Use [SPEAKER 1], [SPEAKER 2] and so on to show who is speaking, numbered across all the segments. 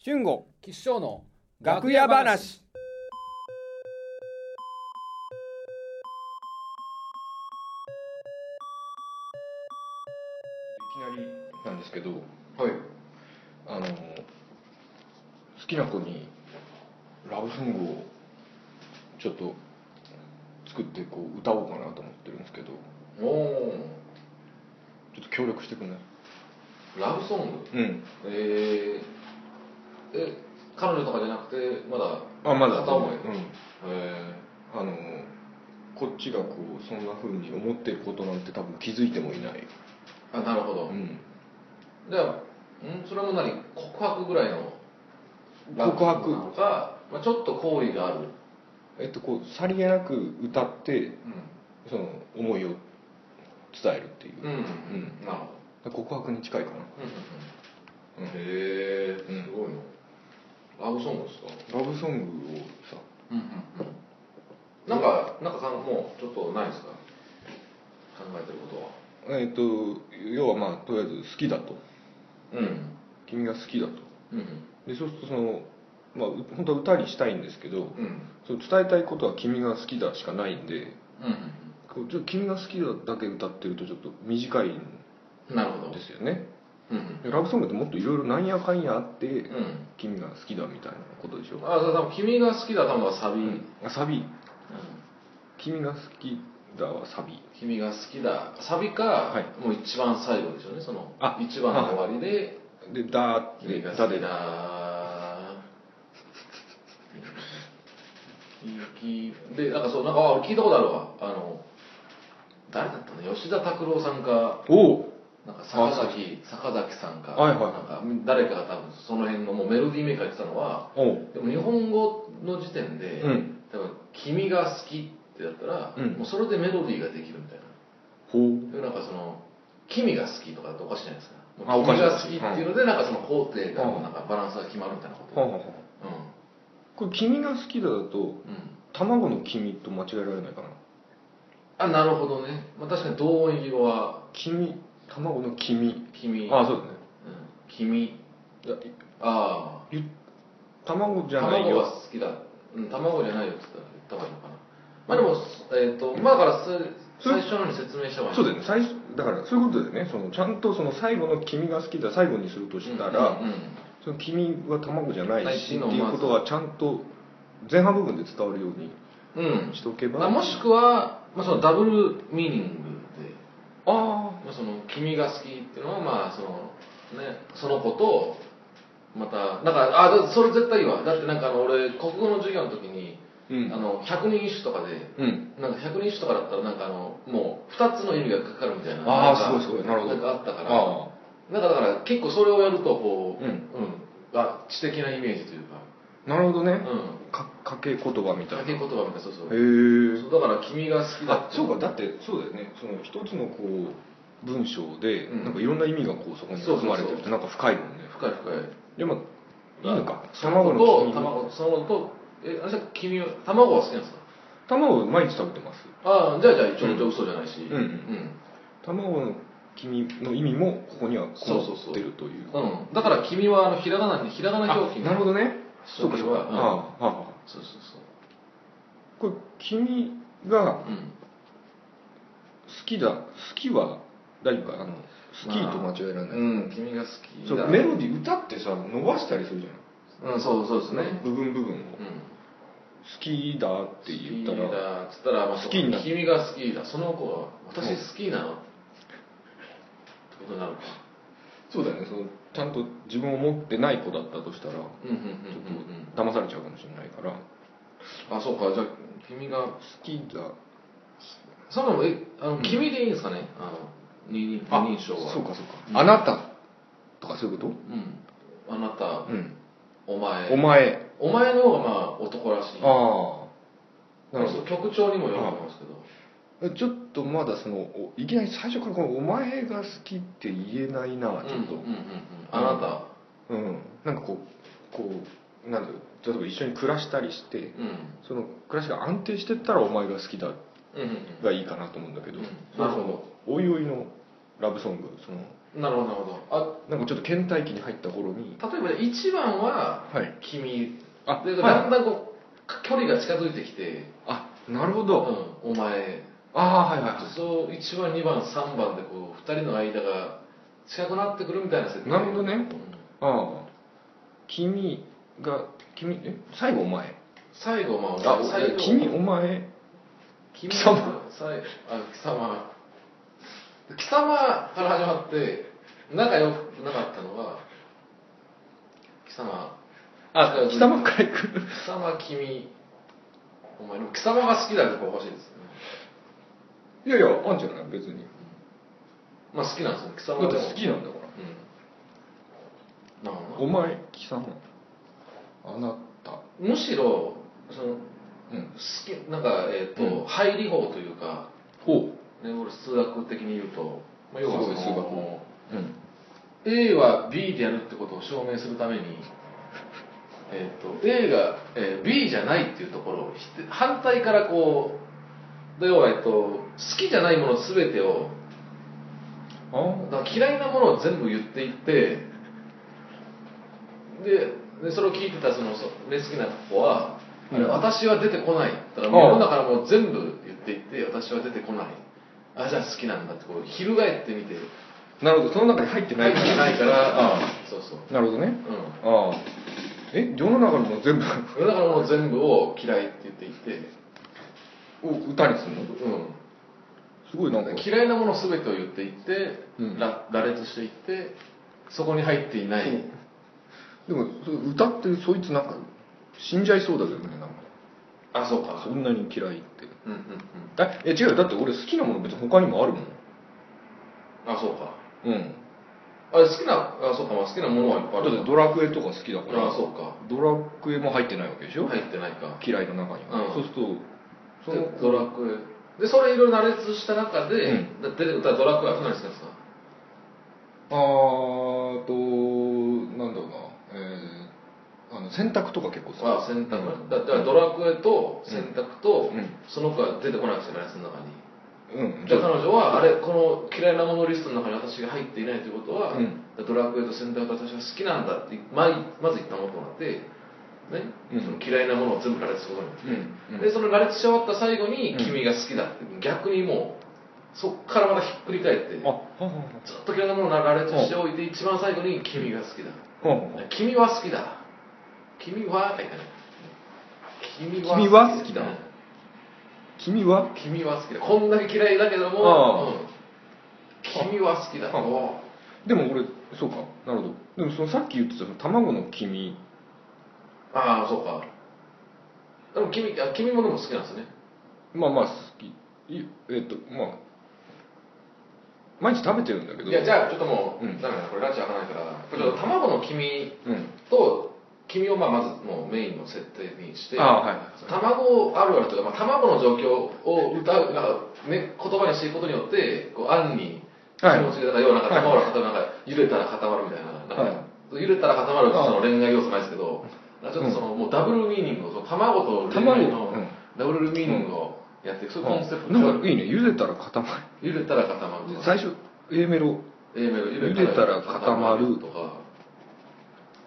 [SPEAKER 1] 俊吾
[SPEAKER 2] 吉祥の
[SPEAKER 1] 楽屋話
[SPEAKER 3] いきなりなんですけど
[SPEAKER 4] はい。
[SPEAKER 3] あの好きな子にラブソングをちょっと作ってこう歌おうかなと思ってるんですけど
[SPEAKER 4] おお。
[SPEAKER 3] ちょっと協力してくんない
[SPEAKER 4] ラブソング。
[SPEAKER 3] うん
[SPEAKER 4] えー、え、彼女とかじゃなくて、まだ。
[SPEAKER 3] あまだ
[SPEAKER 4] 片思い。
[SPEAKER 3] うん
[SPEAKER 4] え
[SPEAKER 3] あのこっちがこうそんな風に思ってることなんて多分気づいてもいない
[SPEAKER 4] ー、あ、なるほ
[SPEAKER 3] う
[SPEAKER 4] ど。
[SPEAKER 3] ん
[SPEAKER 4] じゃあ、んそれも何告白ぐらいのラブ
[SPEAKER 3] 告
[SPEAKER 4] ソング
[SPEAKER 3] 白
[SPEAKER 4] なのか、まあ、ちょっと好意がある。
[SPEAKER 3] えっとこうさりげなく歌って
[SPEAKER 4] う
[SPEAKER 3] その思いを伝えるっていう、
[SPEAKER 4] ん。うん。うん
[SPEAKER 3] ん。
[SPEAKER 4] なるほど。
[SPEAKER 3] 告白に近いかな
[SPEAKER 4] うんうんう
[SPEAKER 3] う
[SPEAKER 4] ん。
[SPEAKER 3] ん
[SPEAKER 4] へえ、
[SPEAKER 3] うん
[SPEAKER 4] すごいの。ラブソングですか
[SPEAKER 3] ラブソングをさ
[SPEAKER 4] うんうんうん。なんか、なんかかんもうちょっとないですか考えてることは。
[SPEAKER 3] えっ、と要はまあとりあえず好きだと
[SPEAKER 4] うん。
[SPEAKER 3] 君が好きだと
[SPEAKER 4] うん。
[SPEAKER 3] でそうするとそのまあう本当は歌にしたいんですけど
[SPEAKER 4] うん。
[SPEAKER 3] その伝えたいことは君が好きだしかないんで
[SPEAKER 4] う
[SPEAKER 3] こうちょっと君が好きだだけ歌ってるとちょっと短いん
[SPEAKER 4] ん、なるほど。
[SPEAKER 3] ですよね
[SPEAKER 4] うんうん。
[SPEAKER 3] でラブソングってもっといろいろなんやかんやあって、
[SPEAKER 4] うん。
[SPEAKER 3] 君が好きだみたいなことでしょ
[SPEAKER 4] あ、そう、多分君が好きだ、多分サビ。
[SPEAKER 3] う
[SPEAKER 4] うん
[SPEAKER 3] ん、あサビ君が好きだはサビ
[SPEAKER 4] 君が好きだ、サビか、
[SPEAKER 3] い
[SPEAKER 4] もう一番最後ですよね、その。
[SPEAKER 3] あ
[SPEAKER 4] 一番の終わりで、
[SPEAKER 3] でダーって
[SPEAKER 4] 君が
[SPEAKER 3] ダ
[SPEAKER 4] 好
[SPEAKER 3] で
[SPEAKER 4] きだ。いきで、なんかそう、なんか、あ、俺聞いたことあるわ。あの、誰だったの吉田拓郎さんか、
[SPEAKER 3] おお
[SPEAKER 4] なんか坂崎、坂崎さんか、
[SPEAKER 3] はいはい
[SPEAKER 4] なんか誰かが多分その辺のもうメロディーメーカーやってたのは、
[SPEAKER 3] おう
[SPEAKER 4] でも日本語の時点で、
[SPEAKER 3] うん
[SPEAKER 4] 多分「君が好き」ってだったら、
[SPEAKER 3] うん
[SPEAKER 4] もうそれでメロディーができるみたいな
[SPEAKER 3] ほう
[SPEAKER 4] でもなんかその「君が好き」とかだとおかしいじゃないですか
[SPEAKER 3] あお
[SPEAKER 4] もう
[SPEAKER 3] かしい
[SPEAKER 4] 君が好きっていうので、なんかその工程が
[SPEAKER 3] うん
[SPEAKER 4] なんかバランスが決まるみたいなこと
[SPEAKER 3] はあはあはあ
[SPEAKER 4] う
[SPEAKER 3] こ
[SPEAKER 4] ん
[SPEAKER 3] れ君が好きだだと
[SPEAKER 4] うん
[SPEAKER 3] 卵の黄身と間違えられないかな
[SPEAKER 4] あなるほどね、まあ、確かに同意語は
[SPEAKER 3] 黄身卵の黄身
[SPEAKER 4] 「君」
[SPEAKER 3] ああそうだね
[SPEAKER 4] うん君
[SPEAKER 3] いやい」
[SPEAKER 4] あ
[SPEAKER 3] ゆ卵
[SPEAKER 4] あ
[SPEAKER 3] じゃない
[SPEAKER 4] 卵
[SPEAKER 3] よ
[SPEAKER 4] は好きだ、うん、卵じゃないよって言ったら言った方がいいのかなまあでも、えっとまあだからす
[SPEAKER 3] それ
[SPEAKER 4] 最初のように説明した方がいい
[SPEAKER 3] そうだよね最初だからそういうことだよねそのちゃんとその最後の君が好きだ最後にするとしたら、
[SPEAKER 4] うんうんうん
[SPEAKER 3] その君は卵じゃな
[SPEAKER 4] ないい
[SPEAKER 3] し
[SPEAKER 4] し
[SPEAKER 3] っていうことはちゃんと前半部分で伝わるように
[SPEAKER 4] うん、
[SPEAKER 3] しとけば、
[SPEAKER 4] まあ、もしくは、まあ、そのダブルミーニングで、
[SPEAKER 3] あ
[SPEAKER 4] まあ、その君が好きっていうのは、まあそのね、その子と、また、なんか、あだそれ絶対いいわ、だってなんかあの俺、国語の授業の時に、
[SPEAKER 3] ーうん
[SPEAKER 4] あの百人一首とかで、
[SPEAKER 3] うん
[SPEAKER 4] なんか百人一首とかだったら、なんかあのもう2つの意味がかかるみたいな、
[SPEAKER 3] あ
[SPEAKER 4] な
[SPEAKER 3] あ
[SPEAKER 4] んか
[SPEAKER 3] すごいすごいなるほど
[SPEAKER 4] なんかあったから、
[SPEAKER 3] あ
[SPEAKER 4] なんかだから結構それをやると、こう、
[SPEAKER 3] うん
[SPEAKER 4] あ知的なイメージというか、
[SPEAKER 3] あなるほどね、
[SPEAKER 4] うん、
[SPEAKER 3] かかけ言葉みた
[SPEAKER 4] 掛
[SPEAKER 3] い
[SPEAKER 4] け
[SPEAKER 3] なへ
[SPEAKER 4] 言葉みたいな、そうそう。
[SPEAKER 3] え
[SPEAKER 4] そうだから君が好きだ
[SPEAKER 3] あそうかだってそうだよねその一つのこう文章で、
[SPEAKER 4] うん
[SPEAKER 3] なんかいろんな意味がこうそこに含まれてる
[SPEAKER 4] そうそう
[SPEAKER 3] っ
[SPEAKER 4] そ
[SPEAKER 3] てなんか深いもんね
[SPEAKER 4] 深い深い
[SPEAKER 3] でもいいのか卵
[SPEAKER 4] 卵
[SPEAKER 3] の
[SPEAKER 4] と
[SPEAKER 3] 黄身
[SPEAKER 4] 卵そのとえあれさ君は卵は好きなんですか
[SPEAKER 3] 卵を毎日食べてます
[SPEAKER 4] ああじゃあじゃあ一
[SPEAKER 3] う
[SPEAKER 4] 応
[SPEAKER 3] ん
[SPEAKER 4] 一応嘘じゃないし
[SPEAKER 3] うん卵の黄身の意味もここにはこもってるという
[SPEAKER 4] うん、うんだから君はあのひらがなにひらがな表記
[SPEAKER 3] あなるほ
[SPEAKER 4] ど
[SPEAKER 3] どねそうかそうか、
[SPEAKER 4] うん
[SPEAKER 3] ああああ
[SPEAKER 4] そうそうそ
[SPEAKER 3] これ君が好
[SPEAKER 4] ううん
[SPEAKER 3] きだ好きは大丈夫かあの好きと間違えられない、
[SPEAKER 4] うん君が好き
[SPEAKER 3] そ
[SPEAKER 4] だ
[SPEAKER 3] うメロディー歌ってさ伸ばしたりするじゃん
[SPEAKER 4] うんそうそうですね
[SPEAKER 3] 部分部分を
[SPEAKER 4] う
[SPEAKER 3] 好
[SPEAKER 4] ん
[SPEAKER 3] きだって言った
[SPEAKER 4] 好き
[SPEAKER 3] ら
[SPEAKER 4] だっつったら、まあ、
[SPEAKER 3] 好きになる
[SPEAKER 4] 君が好きだその子は私好きなの、ってことになるか
[SPEAKER 3] そうだよねそのちゃんと自分を持ってない子だったとしたらちょ
[SPEAKER 4] うんうんうん
[SPEAKER 3] っ
[SPEAKER 4] うんうん
[SPEAKER 3] と騙されちゃうかもしれないから好
[SPEAKER 4] あそうかじゃあ君が
[SPEAKER 3] きだ
[SPEAKER 4] そもそもえあの君でいいんですかねあの二人
[SPEAKER 3] あ
[SPEAKER 4] 二人称は
[SPEAKER 3] そうかそうか、あなたとかそういうこ
[SPEAKER 4] うんあなた
[SPEAKER 3] と、うん、
[SPEAKER 4] お前
[SPEAKER 3] お前
[SPEAKER 4] お前の方がまあ男らしい
[SPEAKER 3] ああなるほ
[SPEAKER 4] そう曲調にもよると思いますけど
[SPEAKER 3] どちょっとまだそのおいきなり最初からこの「お前が好き」って言えないなちょっ
[SPEAKER 4] うんうん
[SPEAKER 3] と
[SPEAKER 4] うんうんあなた
[SPEAKER 3] うん、なんかこうこうなんだろう例えば一緒に暮らしたりして
[SPEAKER 4] うん
[SPEAKER 3] その暮らしが安定してったら「お前が好きだ」
[SPEAKER 4] うんうん
[SPEAKER 3] がいいかなと思うんだけど、
[SPEAKER 4] うん
[SPEAKER 3] その
[SPEAKER 4] なるほど
[SPEAKER 3] おいおいのラブソングその
[SPEAKER 4] うなるほどなるほ
[SPEAKER 3] な
[SPEAKER 4] ど
[SPEAKER 3] んかちょっと倦怠期に入った頃に
[SPEAKER 4] あ例えば1番は
[SPEAKER 3] はい
[SPEAKER 4] 君
[SPEAKER 3] あ
[SPEAKER 4] で
[SPEAKER 3] はい
[SPEAKER 4] だんだんこう距離が近づいてきて、
[SPEAKER 3] あなるほ
[SPEAKER 4] う
[SPEAKER 3] ど、
[SPEAKER 4] んお前
[SPEAKER 3] ああはいはいは
[SPEAKER 4] そう1番2番3番でこう2人の間が近くなってくるみたいな設定
[SPEAKER 3] なるほどね
[SPEAKER 4] うん
[SPEAKER 3] ああ君が君え最後お前
[SPEAKER 4] 最後まあ
[SPEAKER 3] あ
[SPEAKER 4] 最後
[SPEAKER 3] 君お前貴
[SPEAKER 4] 君貴
[SPEAKER 3] 様
[SPEAKER 4] 様最あ貴様貴様から始まって仲良くなかったのは貴様
[SPEAKER 3] あ貴様から行く
[SPEAKER 4] 貴様君お前でも貴様が好きだとか欲しいですよね
[SPEAKER 3] いやいやあんじゃない別に
[SPEAKER 4] まあ好きなんです
[SPEAKER 3] だ
[SPEAKER 4] よ
[SPEAKER 3] っ
[SPEAKER 4] 貴様
[SPEAKER 3] て
[SPEAKER 4] でも
[SPEAKER 3] 好きなんだから
[SPEAKER 4] うんなるほど
[SPEAKER 3] お前貴様あなた
[SPEAKER 4] なむしろそ
[SPEAKER 3] う
[SPEAKER 4] の
[SPEAKER 3] ん
[SPEAKER 4] 好きなんかえっ、と、
[SPEAKER 3] う
[SPEAKER 4] 入り法というか
[SPEAKER 3] ほ
[SPEAKER 4] ね俺数学的に言うと、まあ、要はそ
[SPEAKER 3] すごい数学
[SPEAKER 4] の
[SPEAKER 3] ううん
[SPEAKER 4] A は B でやるってことを証明するために、えー、と A が、えー B じゃないっていうところを否定反対からこう要は、えっと好きじゃないもの全てを
[SPEAKER 3] あ
[SPEAKER 4] だから嫌いなものを全部言っていってででそれを聞いてたそのそね好きな子は、
[SPEAKER 3] うん
[SPEAKER 4] あれ私は出てこないだ
[SPEAKER 3] あ
[SPEAKER 4] から
[SPEAKER 3] あ
[SPEAKER 4] もう世の中からもう全部言っていって私は出てこないあじゃあ好きなんだってこう翻ってみて
[SPEAKER 3] あなるほどその中に入ってない
[SPEAKER 4] 入ってないから
[SPEAKER 3] あ
[SPEAKER 4] そうそう
[SPEAKER 3] あなるほどね
[SPEAKER 4] うん
[SPEAKER 3] ああえ世の中のも全部
[SPEAKER 4] 世の中のもの全部を嫌いって言っていて、
[SPEAKER 3] を歌にするの
[SPEAKER 4] う
[SPEAKER 3] すごいなんか
[SPEAKER 4] ん、嫌いなもの全てを言っていって、
[SPEAKER 3] うん
[SPEAKER 4] ら羅列していってそこに入っていない、
[SPEAKER 3] でもそれ歌ってそいつなんか死んじゃいそうだけどねなんか
[SPEAKER 4] あそうか
[SPEAKER 3] そんなに嫌いって
[SPEAKER 4] うんうんうん
[SPEAKER 3] だえ違うよだって俺好きなもの別に他にもあるもん
[SPEAKER 4] あそうか
[SPEAKER 3] うん
[SPEAKER 4] あれ好きなあそうか、まあ、好きなものはいっぱ
[SPEAKER 3] だ
[SPEAKER 4] いあ
[SPEAKER 3] っ
[SPEAKER 4] る
[SPEAKER 3] てドラクエとか好きだから
[SPEAKER 4] あそうか
[SPEAKER 3] ドラクエも入ってないわけでしょ、
[SPEAKER 4] 入ってないか
[SPEAKER 3] 嫌いの中には、
[SPEAKER 4] うん
[SPEAKER 3] そうするとその
[SPEAKER 4] でドラクエでそれいろいろ羅列した中で、
[SPEAKER 3] うん
[SPEAKER 4] だ出てだドラクエは何してんですか
[SPEAKER 3] あーとなんだろうなえー、あの洗濯とか結構好き
[SPEAKER 4] あ選択、
[SPEAKER 3] うん
[SPEAKER 4] だだからドラクエと選択と、
[SPEAKER 3] うん
[SPEAKER 4] その子は出てこないわけじゃないその中に
[SPEAKER 3] うん
[SPEAKER 4] じゃあ彼女はあれこの嫌いなものリストの中に私が入っていないということは、
[SPEAKER 3] うん
[SPEAKER 4] ドラクエと戦隊は私は好きなんだってまいまず言ったものとなって、ね
[SPEAKER 3] うん
[SPEAKER 4] その嫌いなものを全部羅列することになって、
[SPEAKER 3] うんうん
[SPEAKER 4] でその羅列し終わった最後に
[SPEAKER 3] うん
[SPEAKER 4] 君が好きだって、逆にもうそっからまたひっくり返ってず
[SPEAKER 3] あははは
[SPEAKER 4] っと嫌いなものを羅列しておいて、一番最後に君が好きだ、
[SPEAKER 3] はは
[SPEAKER 4] 君は好きだ君はがいかない君
[SPEAKER 3] 君は好きだ君は
[SPEAKER 4] 君は好きだこんだけ嫌いだけど
[SPEAKER 3] ああ
[SPEAKER 4] も、うん君は好きだ
[SPEAKER 3] あ
[SPEAKER 4] お
[SPEAKER 3] でも俺そうかなるほどでもそのさっき言ってたその卵の黄身
[SPEAKER 4] ああそうかでも君あ君もでも好きなんですね
[SPEAKER 3] まあまあ好きいえっとまあ毎日食べてるんだけど
[SPEAKER 4] いやじゃあちょっともう、
[SPEAKER 3] うん
[SPEAKER 4] ダメだこれラジオ開かないからこれちょっと卵の君
[SPEAKER 3] うん
[SPEAKER 4] と君をまあまずもうメインの設定にして
[SPEAKER 3] ああはい
[SPEAKER 4] 卵あるあるというか、まあ、卵の状況を歌うなんか、ね、言葉にしていくことによってこう案に気
[SPEAKER 3] はい
[SPEAKER 4] 持ちがなんか要はなんか
[SPEAKER 3] はい
[SPEAKER 4] 卵の固まるなんか揺れたら固まるみたいななんか、
[SPEAKER 3] は
[SPEAKER 4] 揺れたら固まる
[SPEAKER 3] ああ
[SPEAKER 4] その恋愛要素ないですけどなんかちょっとその、もうダブルミーニングをその卵と恋愛の
[SPEAKER 3] 卵うん
[SPEAKER 4] ダブルミーニングをやっていく、そういうコンセプトが
[SPEAKER 3] なんかいいね茹でたら固ま
[SPEAKER 4] 揺れたら固まる
[SPEAKER 3] る
[SPEAKER 4] とか
[SPEAKER 3] 最初 A メロ
[SPEAKER 4] A メロ
[SPEAKER 3] 揺れたら固まる
[SPEAKER 4] とか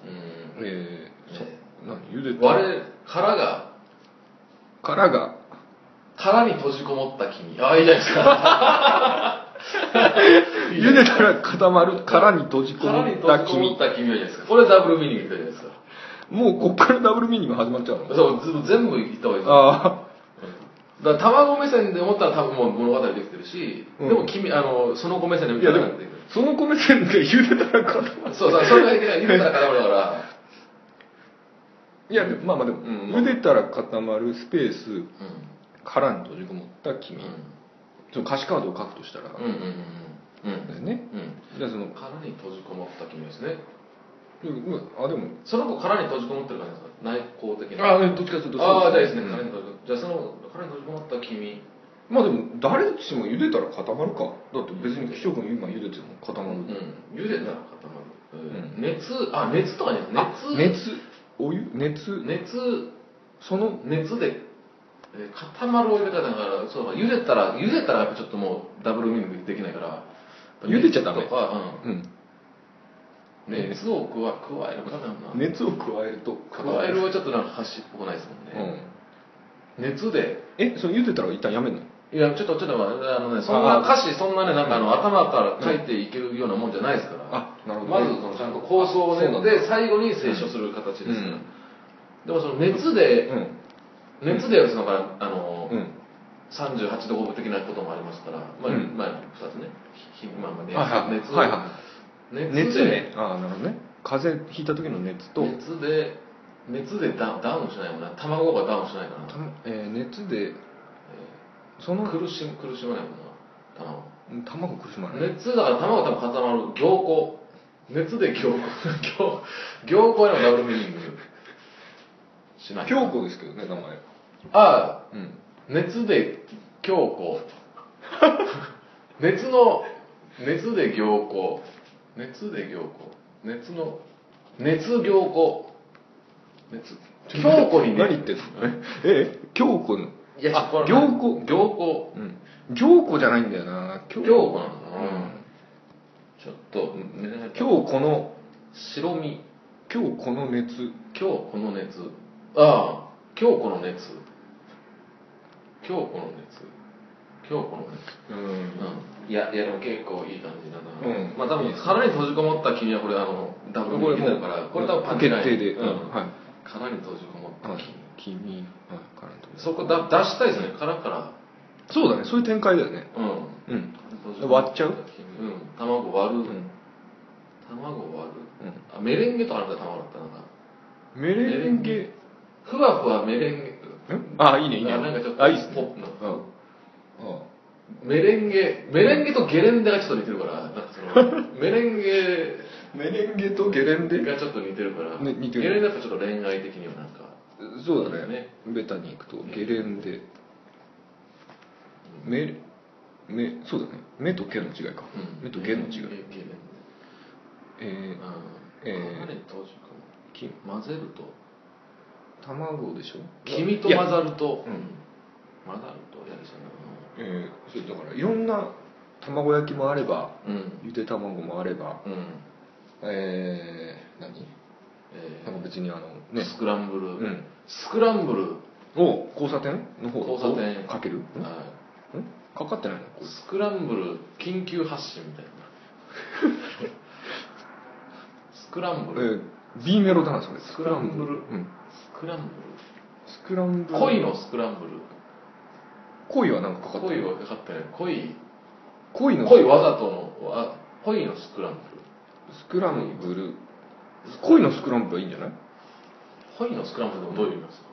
[SPEAKER 4] うん
[SPEAKER 3] えー、そ
[SPEAKER 4] ね
[SPEAKER 3] 何茹でた
[SPEAKER 4] 割れ殻が
[SPEAKER 3] 殻が
[SPEAKER 4] 殻に閉じこもった君ああいいじゃないですか
[SPEAKER 3] 茹でたら固まる殻に閉じこも
[SPEAKER 4] 殻に
[SPEAKER 3] っ
[SPEAKER 4] 閉
[SPEAKER 3] た
[SPEAKER 4] じこもっ
[SPEAKER 3] 君
[SPEAKER 4] た君はいいじゃないですかこれダブルミーニングみたいじゃないですか
[SPEAKER 3] もうこっからダブルミーニング始まっちゃうの
[SPEAKER 4] そうず全部言った方がいいですよ
[SPEAKER 3] あ
[SPEAKER 4] だから卵目線で思ったら多分もう物語できてるし、
[SPEAKER 3] うん
[SPEAKER 4] でも君あのその子目線で
[SPEAKER 3] あ
[SPEAKER 4] 見
[SPEAKER 3] い
[SPEAKER 4] た
[SPEAKER 3] や
[SPEAKER 4] ら
[SPEAKER 3] でも
[SPEAKER 4] なんていう
[SPEAKER 3] その米線で茹でたら固まる
[SPEAKER 4] そうそうそれがいけない言ったら固まるから
[SPEAKER 3] いやでもまあまあでも、
[SPEAKER 4] うん
[SPEAKER 3] 茹でたら固まるスペース
[SPEAKER 4] う
[SPEAKER 3] 殻に閉じこもった君、
[SPEAKER 4] ん
[SPEAKER 3] その歌詞カードを書くとしたら、
[SPEAKER 4] うんうんうんうんうん
[SPEAKER 3] ですね
[SPEAKER 4] うん
[SPEAKER 3] じゃあその
[SPEAKER 4] 殻に閉じこもった君ですね
[SPEAKER 3] うんうんあでも
[SPEAKER 4] その子殻に閉じこもってる感じですか内向的な
[SPEAKER 3] あねどっちかというと
[SPEAKER 4] ああじゃあいいです
[SPEAKER 3] う
[SPEAKER 4] ね、
[SPEAKER 3] ん
[SPEAKER 4] 殻に閉じこもじゃあその殻に閉じこもった君
[SPEAKER 3] まあでも誰しも茹でたら固まるかだって別に貴重君今茹でても固まる、
[SPEAKER 4] うん、茹でたら固まる、
[SPEAKER 3] ん
[SPEAKER 4] うん熱あ熱とかね
[SPEAKER 3] あ
[SPEAKER 4] 熱
[SPEAKER 3] 熱お湯熱
[SPEAKER 4] 熱
[SPEAKER 3] その
[SPEAKER 4] 熱で、えー固まるお湯だからだからそうだ茹でたら茹でたらやっぱちょっともうダブルミーニングできないから
[SPEAKER 3] 茹でちゃダメ
[SPEAKER 4] 熱とか、
[SPEAKER 3] うん
[SPEAKER 4] うん、熱を加えるかなんな
[SPEAKER 3] 熱を加えると
[SPEAKER 4] 加えるはちょっとなんか箸っぽくないですもん
[SPEAKER 3] う
[SPEAKER 4] ね、
[SPEAKER 3] ん
[SPEAKER 4] 熱で
[SPEAKER 3] えそれ茹でたら一旦やめんの
[SPEAKER 4] いやちょっとちょっと待ってあのねそんな歌詞そんなねなんかあの頭から書いていけるようなもんじゃないですから、
[SPEAKER 3] あなるほど
[SPEAKER 4] まずそのちゃんと構想を
[SPEAKER 3] あそうな
[SPEAKER 4] 練っ
[SPEAKER 3] んだ
[SPEAKER 4] て最後に清書する形ですから、
[SPEAKER 3] うん
[SPEAKER 4] でもその熱で、
[SPEAKER 3] うん
[SPEAKER 4] 熱でやるのがあの、
[SPEAKER 3] うん
[SPEAKER 4] 38度5分的なこともありますから、まあ、
[SPEAKER 3] うん
[SPEAKER 4] まあ2つね、ひまあ、まあ熱、
[SPEAKER 3] はいはい
[SPEAKER 4] 熱を、
[SPEAKER 3] はいは
[SPEAKER 4] 熱で
[SPEAKER 3] 熱ねああなるほどね風邪ひいた時の熱と
[SPEAKER 4] 熱で、熱でダダウンしないもんな、卵がダウンしないか
[SPEAKER 3] た
[SPEAKER 4] な、
[SPEAKER 3] えー熱で
[SPEAKER 4] え
[SPEAKER 3] その
[SPEAKER 4] ー苦し苦しまないもんな、卵。
[SPEAKER 3] 卵苦しまない
[SPEAKER 4] 熱だから卵多分固まる、凝固。熱で凝固。凝凝固へのダブルミーニングしない。
[SPEAKER 3] 強固ですけどね名前
[SPEAKER 4] ああ、
[SPEAKER 3] うん
[SPEAKER 4] 熱で強 固熱の熱で凝固熱で凝固熱の熱凝固熱強固に
[SPEAKER 3] 何言
[SPEAKER 4] ね
[SPEAKER 3] ってんのええ強固の
[SPEAKER 4] いや
[SPEAKER 3] あ
[SPEAKER 4] これ
[SPEAKER 3] 凝固
[SPEAKER 4] 凝固
[SPEAKER 3] うん強固じゃないんだよな強
[SPEAKER 4] 凝固なのかな、
[SPEAKER 3] うん
[SPEAKER 4] ちょっと、ね、
[SPEAKER 3] 強固の
[SPEAKER 4] 白身
[SPEAKER 3] 強固の熱
[SPEAKER 4] 強固の熱ああ強固の熱強固の熱強固の熱
[SPEAKER 3] うん
[SPEAKER 4] いやいやでも結構いい感じだ
[SPEAKER 3] う
[SPEAKER 4] な、
[SPEAKER 3] ん
[SPEAKER 4] まあ多分かなり閉じこもった君はこれあのダブルミーニングだからこれ多分パンチライン
[SPEAKER 3] 決定で
[SPEAKER 4] う
[SPEAKER 3] うんんはい
[SPEAKER 4] かなり閉じこもった
[SPEAKER 3] は
[SPEAKER 4] 君、
[SPEAKER 3] い君はいからのとこ
[SPEAKER 4] そこだ出したいですねからから
[SPEAKER 3] そうだねそういう展開だよね
[SPEAKER 4] うん
[SPEAKER 3] うん
[SPEAKER 4] 閉じこもた
[SPEAKER 3] 割っちゃう
[SPEAKER 4] 君うん卵割る、
[SPEAKER 3] うん
[SPEAKER 4] 卵割
[SPEAKER 3] う
[SPEAKER 4] る
[SPEAKER 3] ん
[SPEAKER 4] あメレンゲとかなんか卵だったななんか
[SPEAKER 3] メレンゲ
[SPEAKER 4] ふわふわメレンゲ
[SPEAKER 3] んあいいねいいね
[SPEAKER 4] なんかちょっと
[SPEAKER 3] あいいっす
[SPEAKER 4] ポ
[SPEAKER 3] ね
[SPEAKER 4] ップな
[SPEAKER 3] うんうん
[SPEAKER 4] メレンゲメレンゲとゲレンデがちょっと似てるからなんかその メレンゲ
[SPEAKER 3] メレンゲとゲレンデ
[SPEAKER 4] がちょっと似てるから、
[SPEAKER 3] ね似てる
[SPEAKER 4] ゲレンデやっぱちょっと恋愛的にはなんか
[SPEAKER 3] そうだね
[SPEAKER 4] ね
[SPEAKER 3] ベタに行くとゲレンデ目目そうだね目と毛の違いか、目と毛の違い、
[SPEAKER 4] うんゲの
[SPEAKER 3] えー、
[SPEAKER 4] 違い
[SPEAKER 3] えー
[SPEAKER 4] かなり当時かも
[SPEAKER 3] き
[SPEAKER 4] 混ぜると
[SPEAKER 3] 卵でしょ
[SPEAKER 4] 君と
[SPEAKER 3] いや
[SPEAKER 4] 混ざると
[SPEAKER 3] うん
[SPEAKER 4] 混ざるとやりそう
[SPEAKER 3] えー、そうだからいろんな卵焼きもあれば
[SPEAKER 4] なうん
[SPEAKER 3] ゆで卵もあれば
[SPEAKER 4] うん
[SPEAKER 3] えー、何
[SPEAKER 4] え
[SPEAKER 3] なんか別にあの
[SPEAKER 4] ー
[SPEAKER 3] ね
[SPEAKER 4] スクランブル、
[SPEAKER 3] うん
[SPEAKER 4] スクランブル、
[SPEAKER 3] お交差点の方
[SPEAKER 4] 交差点
[SPEAKER 3] かけるん
[SPEAKER 4] は
[SPEAKER 3] かかってないの
[SPEAKER 4] いスクランブル緊急発進みたい なスクランブル、
[SPEAKER 3] えー、B メロだなそれ
[SPEAKER 4] スクランブル
[SPEAKER 3] うん、
[SPEAKER 4] スクランブ
[SPEAKER 3] スクランブ
[SPEAKER 4] ル
[SPEAKER 3] ル
[SPEAKER 4] 恋のスクランブル
[SPEAKER 3] 恋はなんかかかって
[SPEAKER 4] 恋
[SPEAKER 3] る
[SPEAKER 4] はかかってない恋
[SPEAKER 3] 恋の
[SPEAKER 4] 恋わざとのわ恋のスクランブル
[SPEAKER 3] スクランブル恋のスクランブルはいいんじゃない
[SPEAKER 4] 恋のスクランブルでもどういう意味なんですか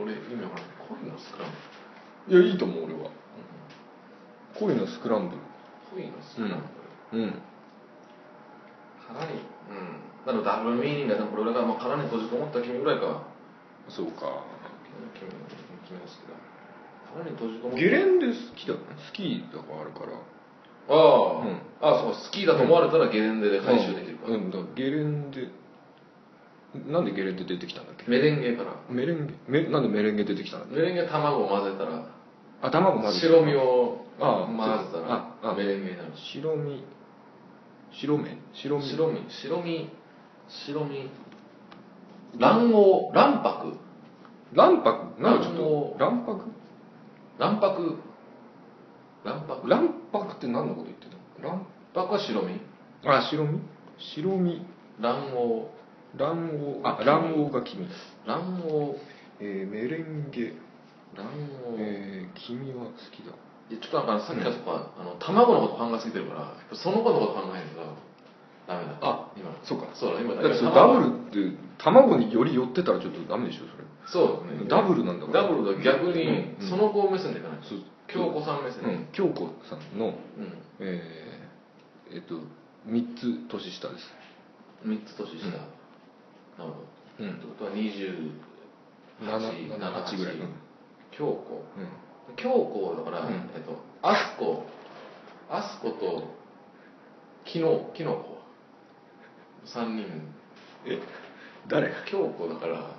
[SPEAKER 4] 俺意味わかんない恋のスクランブ
[SPEAKER 3] いやいいと思う俺は
[SPEAKER 4] ル、
[SPEAKER 3] 恋のスクランブ
[SPEAKER 4] 恋のスクランブル、
[SPEAKER 3] ルうん
[SPEAKER 4] かなりうんなのでダブルミーニングだねこれ俺がまあ殻に閉じこもった君ぐらいか
[SPEAKER 3] そうか
[SPEAKER 4] 君君が好きだ殻に閉じこもった
[SPEAKER 3] ゲレンデ好きだよねスキーとかあるから
[SPEAKER 4] あ
[SPEAKER 3] う
[SPEAKER 4] あ、
[SPEAKER 3] ん
[SPEAKER 4] あそうスキーだと思われたらゲレンデで回収できるから、
[SPEAKER 3] うん、うんだからゲレンデなんでゲレンデ出てきたんだっけ
[SPEAKER 4] メレンゲから
[SPEAKER 3] メレンゲメなんでメレンゲ出てきたんだっけ
[SPEAKER 4] メレンゲ卵を混ぜたら
[SPEAKER 3] あ卵混ぜて
[SPEAKER 4] 白身を
[SPEAKER 3] ああ
[SPEAKER 4] 混ぜた
[SPEAKER 3] ああ
[SPEAKER 4] らメレンゲになるし
[SPEAKER 3] 白身白麺白
[SPEAKER 4] 白
[SPEAKER 3] 身
[SPEAKER 4] 身白身白身卵黄卵白
[SPEAKER 3] 卵白なんかちょっと卵白
[SPEAKER 4] 卵白卵白
[SPEAKER 3] 卵白って何のこと言ってたの
[SPEAKER 4] 卵白は白身
[SPEAKER 3] 卵あ白身白身
[SPEAKER 4] 卵
[SPEAKER 3] 卵黄あ卵黄が黄身
[SPEAKER 4] 黄卵黄
[SPEAKER 3] えー、メレンゲ、
[SPEAKER 4] 卵黄、
[SPEAKER 3] えー、君は好きだ
[SPEAKER 4] いやちょっとなんかさっきからそこは、あの卵のこと考えすぎてるからやっぱその子のこと考えるからダメだ
[SPEAKER 3] あ
[SPEAKER 4] 今の
[SPEAKER 3] そうか
[SPEAKER 4] そうだ今
[SPEAKER 3] だってそれダブルって卵により寄ってたらちょっとダメでしょそ
[SPEAKER 4] そうで
[SPEAKER 3] れ
[SPEAKER 4] すね
[SPEAKER 3] ダブルなんだから
[SPEAKER 4] ダブルだ逆
[SPEAKER 3] うん
[SPEAKER 4] にその子を目線でいかない、
[SPEAKER 3] そう
[SPEAKER 4] 京子さん目
[SPEAKER 3] う
[SPEAKER 4] 線で、
[SPEAKER 3] ん京子さんの
[SPEAKER 4] うん
[SPEAKER 3] えー、えっと3つ年下です
[SPEAKER 4] 3つ年下、なるほど、
[SPEAKER 3] うん
[SPEAKER 4] ってことは28
[SPEAKER 3] 7 8ぐらいの
[SPEAKER 4] 京子
[SPEAKER 3] うん
[SPEAKER 4] 京子だから、
[SPEAKER 3] うん
[SPEAKER 4] えっとあすこあすこときのきのこ3人
[SPEAKER 3] え誰
[SPEAKER 4] 京子だから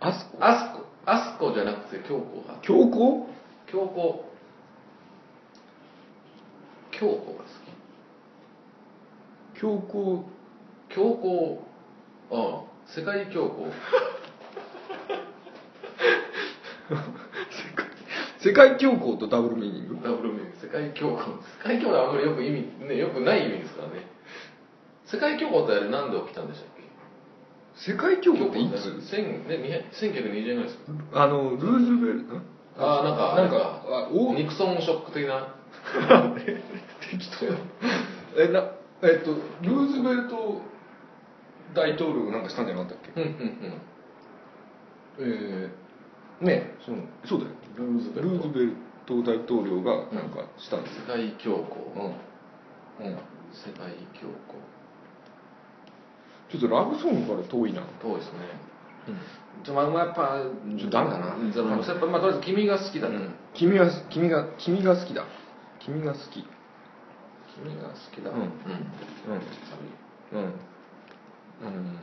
[SPEAKER 3] あすこ
[SPEAKER 4] あすこあすこじゃなくて京子が
[SPEAKER 3] 京子
[SPEAKER 4] 京子京子が好き
[SPEAKER 3] 標高
[SPEAKER 4] 強行うん世界強行
[SPEAKER 3] 世界恐慌とダブルミーニング
[SPEAKER 4] ダブルミーニング世界強行世界強行はあんまりよく意味ねよくない意味ですからね世界強行ってあれなんで起きたんでしたっけ
[SPEAKER 3] 世界恐慌ってい
[SPEAKER 4] 恐
[SPEAKER 3] つ
[SPEAKER 4] 慌って千ね200 1920年ぐらいですか
[SPEAKER 3] あのルーズベルト
[SPEAKER 4] ああな
[SPEAKER 3] な
[SPEAKER 4] んか
[SPEAKER 3] んかあ
[SPEAKER 4] あ
[SPEAKER 3] お
[SPEAKER 4] ニクソンショック的 な適当や
[SPEAKER 3] えなえっとルーズベルト大統領がなんかしたんじゃなかったっけ
[SPEAKER 4] うんうん
[SPEAKER 3] ええねそのそうだよ
[SPEAKER 4] うんルーズベル
[SPEAKER 3] ル
[SPEAKER 4] ト
[SPEAKER 3] ーズベルト大統領がなんかしたんです
[SPEAKER 4] 世界恐
[SPEAKER 3] う
[SPEAKER 4] 慌
[SPEAKER 3] ん、うん、
[SPEAKER 4] 世界恐慌
[SPEAKER 3] ちょっとラブソングから遠いな、
[SPEAKER 4] 遠いですねちょまあまあやっぱ
[SPEAKER 3] ちょっとダメだな
[SPEAKER 4] じゃあまあやっぱまあとりあえず君が好きだと、
[SPEAKER 3] 君は君が君が好きだ君が好き
[SPEAKER 4] 君が好きだ
[SPEAKER 3] う
[SPEAKER 4] うんん、サビ
[SPEAKER 3] うんうんうん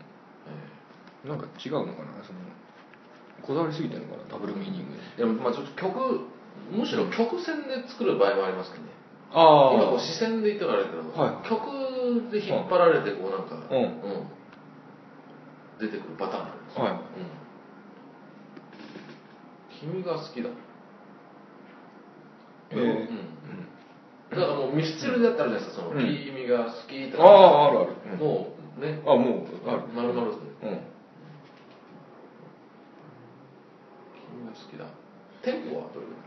[SPEAKER 4] え
[SPEAKER 3] なんか違うのかなそのこだわりすぎてるのかなダブルミーニングに
[SPEAKER 4] えでもまあちょっと曲むしろ曲線で作る場合もありますけどね
[SPEAKER 3] あ
[SPEAKER 4] 今こう視線で言ったからあれだけど、
[SPEAKER 3] はい
[SPEAKER 4] 曲で引っ張られてこうなんか、
[SPEAKER 3] うん
[SPEAKER 4] 出てくるパターンなんですよ、
[SPEAKER 3] は
[SPEAKER 4] うん君が好きだ、
[SPEAKER 3] え
[SPEAKER 4] うん
[SPEAKER 3] ー
[SPEAKER 4] だからもうミスチルでやったらじゃないですかその、
[SPEAKER 3] うん
[SPEAKER 4] 君が好きと
[SPEAKER 3] あああるあるうん
[SPEAKER 4] もうね
[SPEAKER 3] あもうある
[SPEAKER 4] まるまるですね
[SPEAKER 3] うん
[SPEAKER 4] 君が好きだテンポはどれぐらい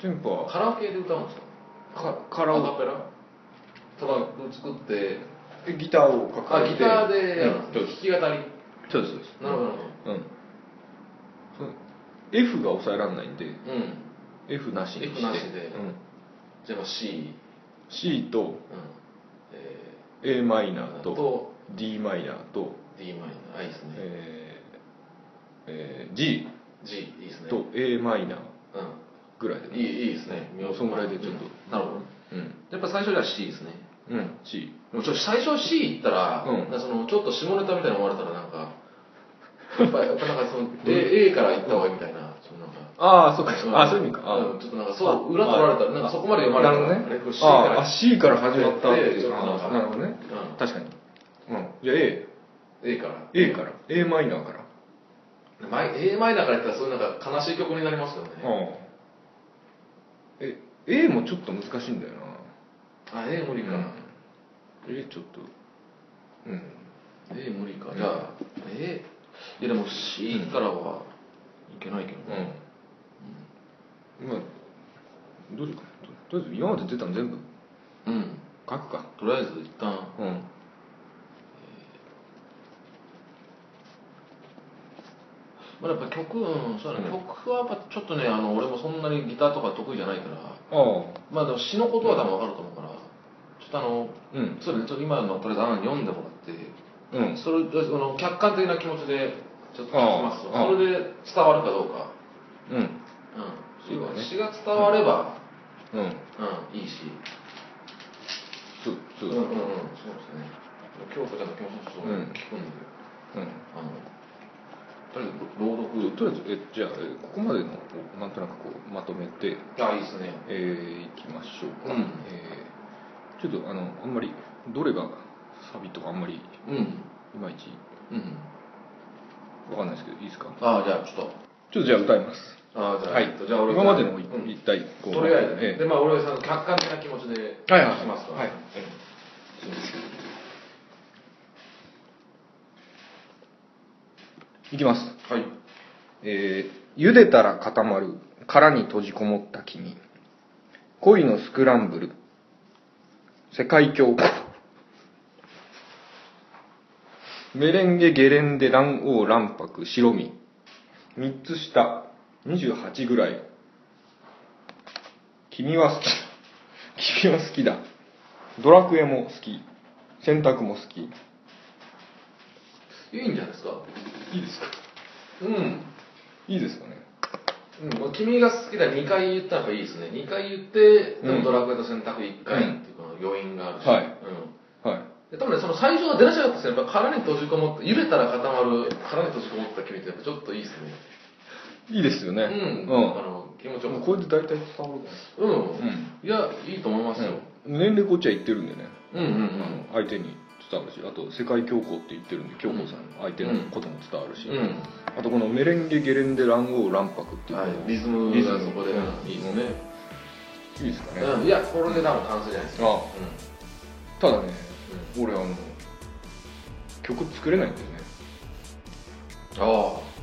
[SPEAKER 3] テンポは
[SPEAKER 4] カラオケで歌うんですか
[SPEAKER 3] カカラオケ
[SPEAKER 4] アカペラとか作って
[SPEAKER 3] えギターを
[SPEAKER 4] あ
[SPEAKER 3] 抱え
[SPEAKER 4] ギ
[SPEAKER 3] て
[SPEAKER 4] ターでやるんですね弾き語り
[SPEAKER 3] そうですそうです
[SPEAKER 4] なるほどなる
[SPEAKER 3] うんそう F が抑えられないんで
[SPEAKER 4] ほどうん
[SPEAKER 3] F なしにして
[SPEAKER 4] F なしで
[SPEAKER 3] うん、
[SPEAKER 4] じゃあまあ C
[SPEAKER 3] C と
[SPEAKER 4] うんえ
[SPEAKER 3] a マイナ
[SPEAKER 4] ー
[SPEAKER 3] ーと d マイナーと、
[SPEAKER 4] D マイナーあいいですね
[SPEAKER 3] えーえー G
[SPEAKER 4] G いいですね
[SPEAKER 3] と a マイナーぐらいで
[SPEAKER 4] うんいいいいですね
[SPEAKER 3] もうそんぐらいでちょっと
[SPEAKER 4] うんなるほど
[SPEAKER 3] うん
[SPEAKER 4] やっぱ最初じゃあ C ですね
[SPEAKER 3] うん C
[SPEAKER 4] でもちょっと最初 C 行ったら、
[SPEAKER 3] うん
[SPEAKER 4] なんかそのちょっと下ネタみたいに思われたらなんかやっぱやっぱなんかその A, A から行った方がいいみたいなそのなんか
[SPEAKER 3] ああそうかあそういう意味かあ
[SPEAKER 4] うん、ちょっとなんかそう裏
[SPEAKER 3] あ
[SPEAKER 4] 取られたらなんかそこまで読ま
[SPEAKER 3] なる
[SPEAKER 4] れ
[SPEAKER 3] ほ
[SPEAKER 4] たら
[SPEAKER 3] どね
[SPEAKER 4] あれこれ C
[SPEAKER 3] あ
[SPEAKER 4] から
[SPEAKER 3] あ C から始まったってい
[SPEAKER 4] ち
[SPEAKER 3] う
[SPEAKER 4] ょっとなんか
[SPEAKER 3] あなるほどね
[SPEAKER 4] う
[SPEAKER 3] 確かにうんじゃあ A
[SPEAKER 4] ん A から
[SPEAKER 3] A から a マイナーから
[SPEAKER 4] マイ A マイナーから言ったらそういうなんか悲しい曲になりますよね
[SPEAKER 3] あえ A もちょっと難しいんだよな
[SPEAKER 4] あ A 無理か、
[SPEAKER 3] うん A ちょっとうん
[SPEAKER 4] A 無理かじゃあ A いやでも C からはいけないけどね、
[SPEAKER 3] うんまあどうしようかととりあえず今まで出たの全部
[SPEAKER 4] うん
[SPEAKER 3] 書くか
[SPEAKER 4] とりあえず一旦
[SPEAKER 3] うん
[SPEAKER 4] まあ、やっぱ曲、うん、そうだね、曲はやっぱちょっとね、あの、俺もそんなにギターとか得意じゃないから、
[SPEAKER 3] ああ
[SPEAKER 4] まあでも詩のことは多分わかると思うから、ちょっとあ
[SPEAKER 3] う
[SPEAKER 4] の、
[SPEAKER 3] ん
[SPEAKER 4] そうだね、ちょっと今のとりあえず案読んでもらって、
[SPEAKER 3] うん
[SPEAKER 4] それ、その客観的な気持ちで、ちょっと聞きます
[SPEAKER 3] ああ
[SPEAKER 4] わそれで伝わるかどうか。
[SPEAKER 3] うん
[SPEAKER 4] う
[SPEAKER 3] そ
[SPEAKER 4] ん。
[SPEAKER 3] うだね
[SPEAKER 4] 詩が伝われば、
[SPEAKER 3] うん
[SPEAKER 4] うん、いいし。
[SPEAKER 3] そうそううん
[SPEAKER 4] うんうん、そうですね。京子ちゃんの気持ちもちょっと
[SPEAKER 3] うん
[SPEAKER 4] 聞くん
[SPEAKER 3] うん
[SPEAKER 4] で、あの、とりあえず朗読。
[SPEAKER 3] とりあえずえじゃあえここまでのをなんとなくこうまとめて
[SPEAKER 4] あ、いいですね。
[SPEAKER 3] えー、いきましょうか、
[SPEAKER 4] うん
[SPEAKER 3] えーちょっとあのあんまりどれがサビとかあんまりい
[SPEAKER 4] うん。
[SPEAKER 3] まいち
[SPEAKER 4] うん。
[SPEAKER 3] わかんないですけどいいですか
[SPEAKER 4] ああ、じゃあちょ
[SPEAKER 3] ち
[SPEAKER 4] っと。
[SPEAKER 3] ょっとじゃあ歌います
[SPEAKER 4] あじゃあ、
[SPEAKER 3] はい
[SPEAKER 4] じゃあ俺
[SPEAKER 3] 今までの一
[SPEAKER 4] うん
[SPEAKER 3] 一体こう
[SPEAKER 4] とりあえずね、
[SPEAKER 3] ええ
[SPEAKER 4] でまあ俺はその客観的な気持ちで
[SPEAKER 3] はいはい
[SPEAKER 4] 聞きますから、
[SPEAKER 3] はい
[SPEAKER 4] ええ
[SPEAKER 3] いきます
[SPEAKER 4] はい
[SPEAKER 3] えー茹でたら固まる殻に閉じこもった君恋のスクランブル世界恐慌メレンゲゲレンデ卵黄卵白白身三つ下28ぐらい君は好き 君は好きだドラクエも好き洗濯も好きい
[SPEAKER 4] いいんじゃないですか
[SPEAKER 3] いですか
[SPEAKER 4] うん、
[SPEAKER 3] いいですかね
[SPEAKER 4] うんまあ、君が好きだ2回言ったらやっぱいいですね2回言ってで
[SPEAKER 3] うん
[SPEAKER 4] もドラクエと選択1
[SPEAKER 3] う
[SPEAKER 4] 回
[SPEAKER 3] ん
[SPEAKER 4] っていうこの余韻があるし、
[SPEAKER 3] はい
[SPEAKER 4] うん
[SPEAKER 3] はい
[SPEAKER 4] で多分ね、その最初は出だしが良かったですね。やっぱ殻に閉じこもって、揺れたら固まる、殻に閉じこもった君ってやっぱちょっといいですね。
[SPEAKER 3] いいですよね
[SPEAKER 4] うん、
[SPEAKER 3] うん
[SPEAKER 4] あの気持ちよ
[SPEAKER 3] もう
[SPEAKER 4] く。
[SPEAKER 3] これで大体伝わるか
[SPEAKER 4] うん、
[SPEAKER 3] ん
[SPEAKER 4] いや、いいと思いますよ。
[SPEAKER 3] うん年齢こっちは言ってるんでね、
[SPEAKER 4] うんうん
[SPEAKER 3] あの相手に伝わるしあと世界恐慌って言ってるんで恐慌さん相手のことも伝わるし、
[SPEAKER 4] うん、うん
[SPEAKER 3] あとこのメレンゲゲレンデ乱王乱拍っていうの
[SPEAKER 4] は
[SPEAKER 3] も、
[SPEAKER 4] い、リズムがそこで
[SPEAKER 3] うん
[SPEAKER 4] いいですね、
[SPEAKER 3] いいですかね、
[SPEAKER 4] うん、いやこれで多分完成じゃないですか、
[SPEAKER 3] あただね
[SPEAKER 4] う
[SPEAKER 3] 俺あの曲作れないんだよね
[SPEAKER 4] んうん、ああ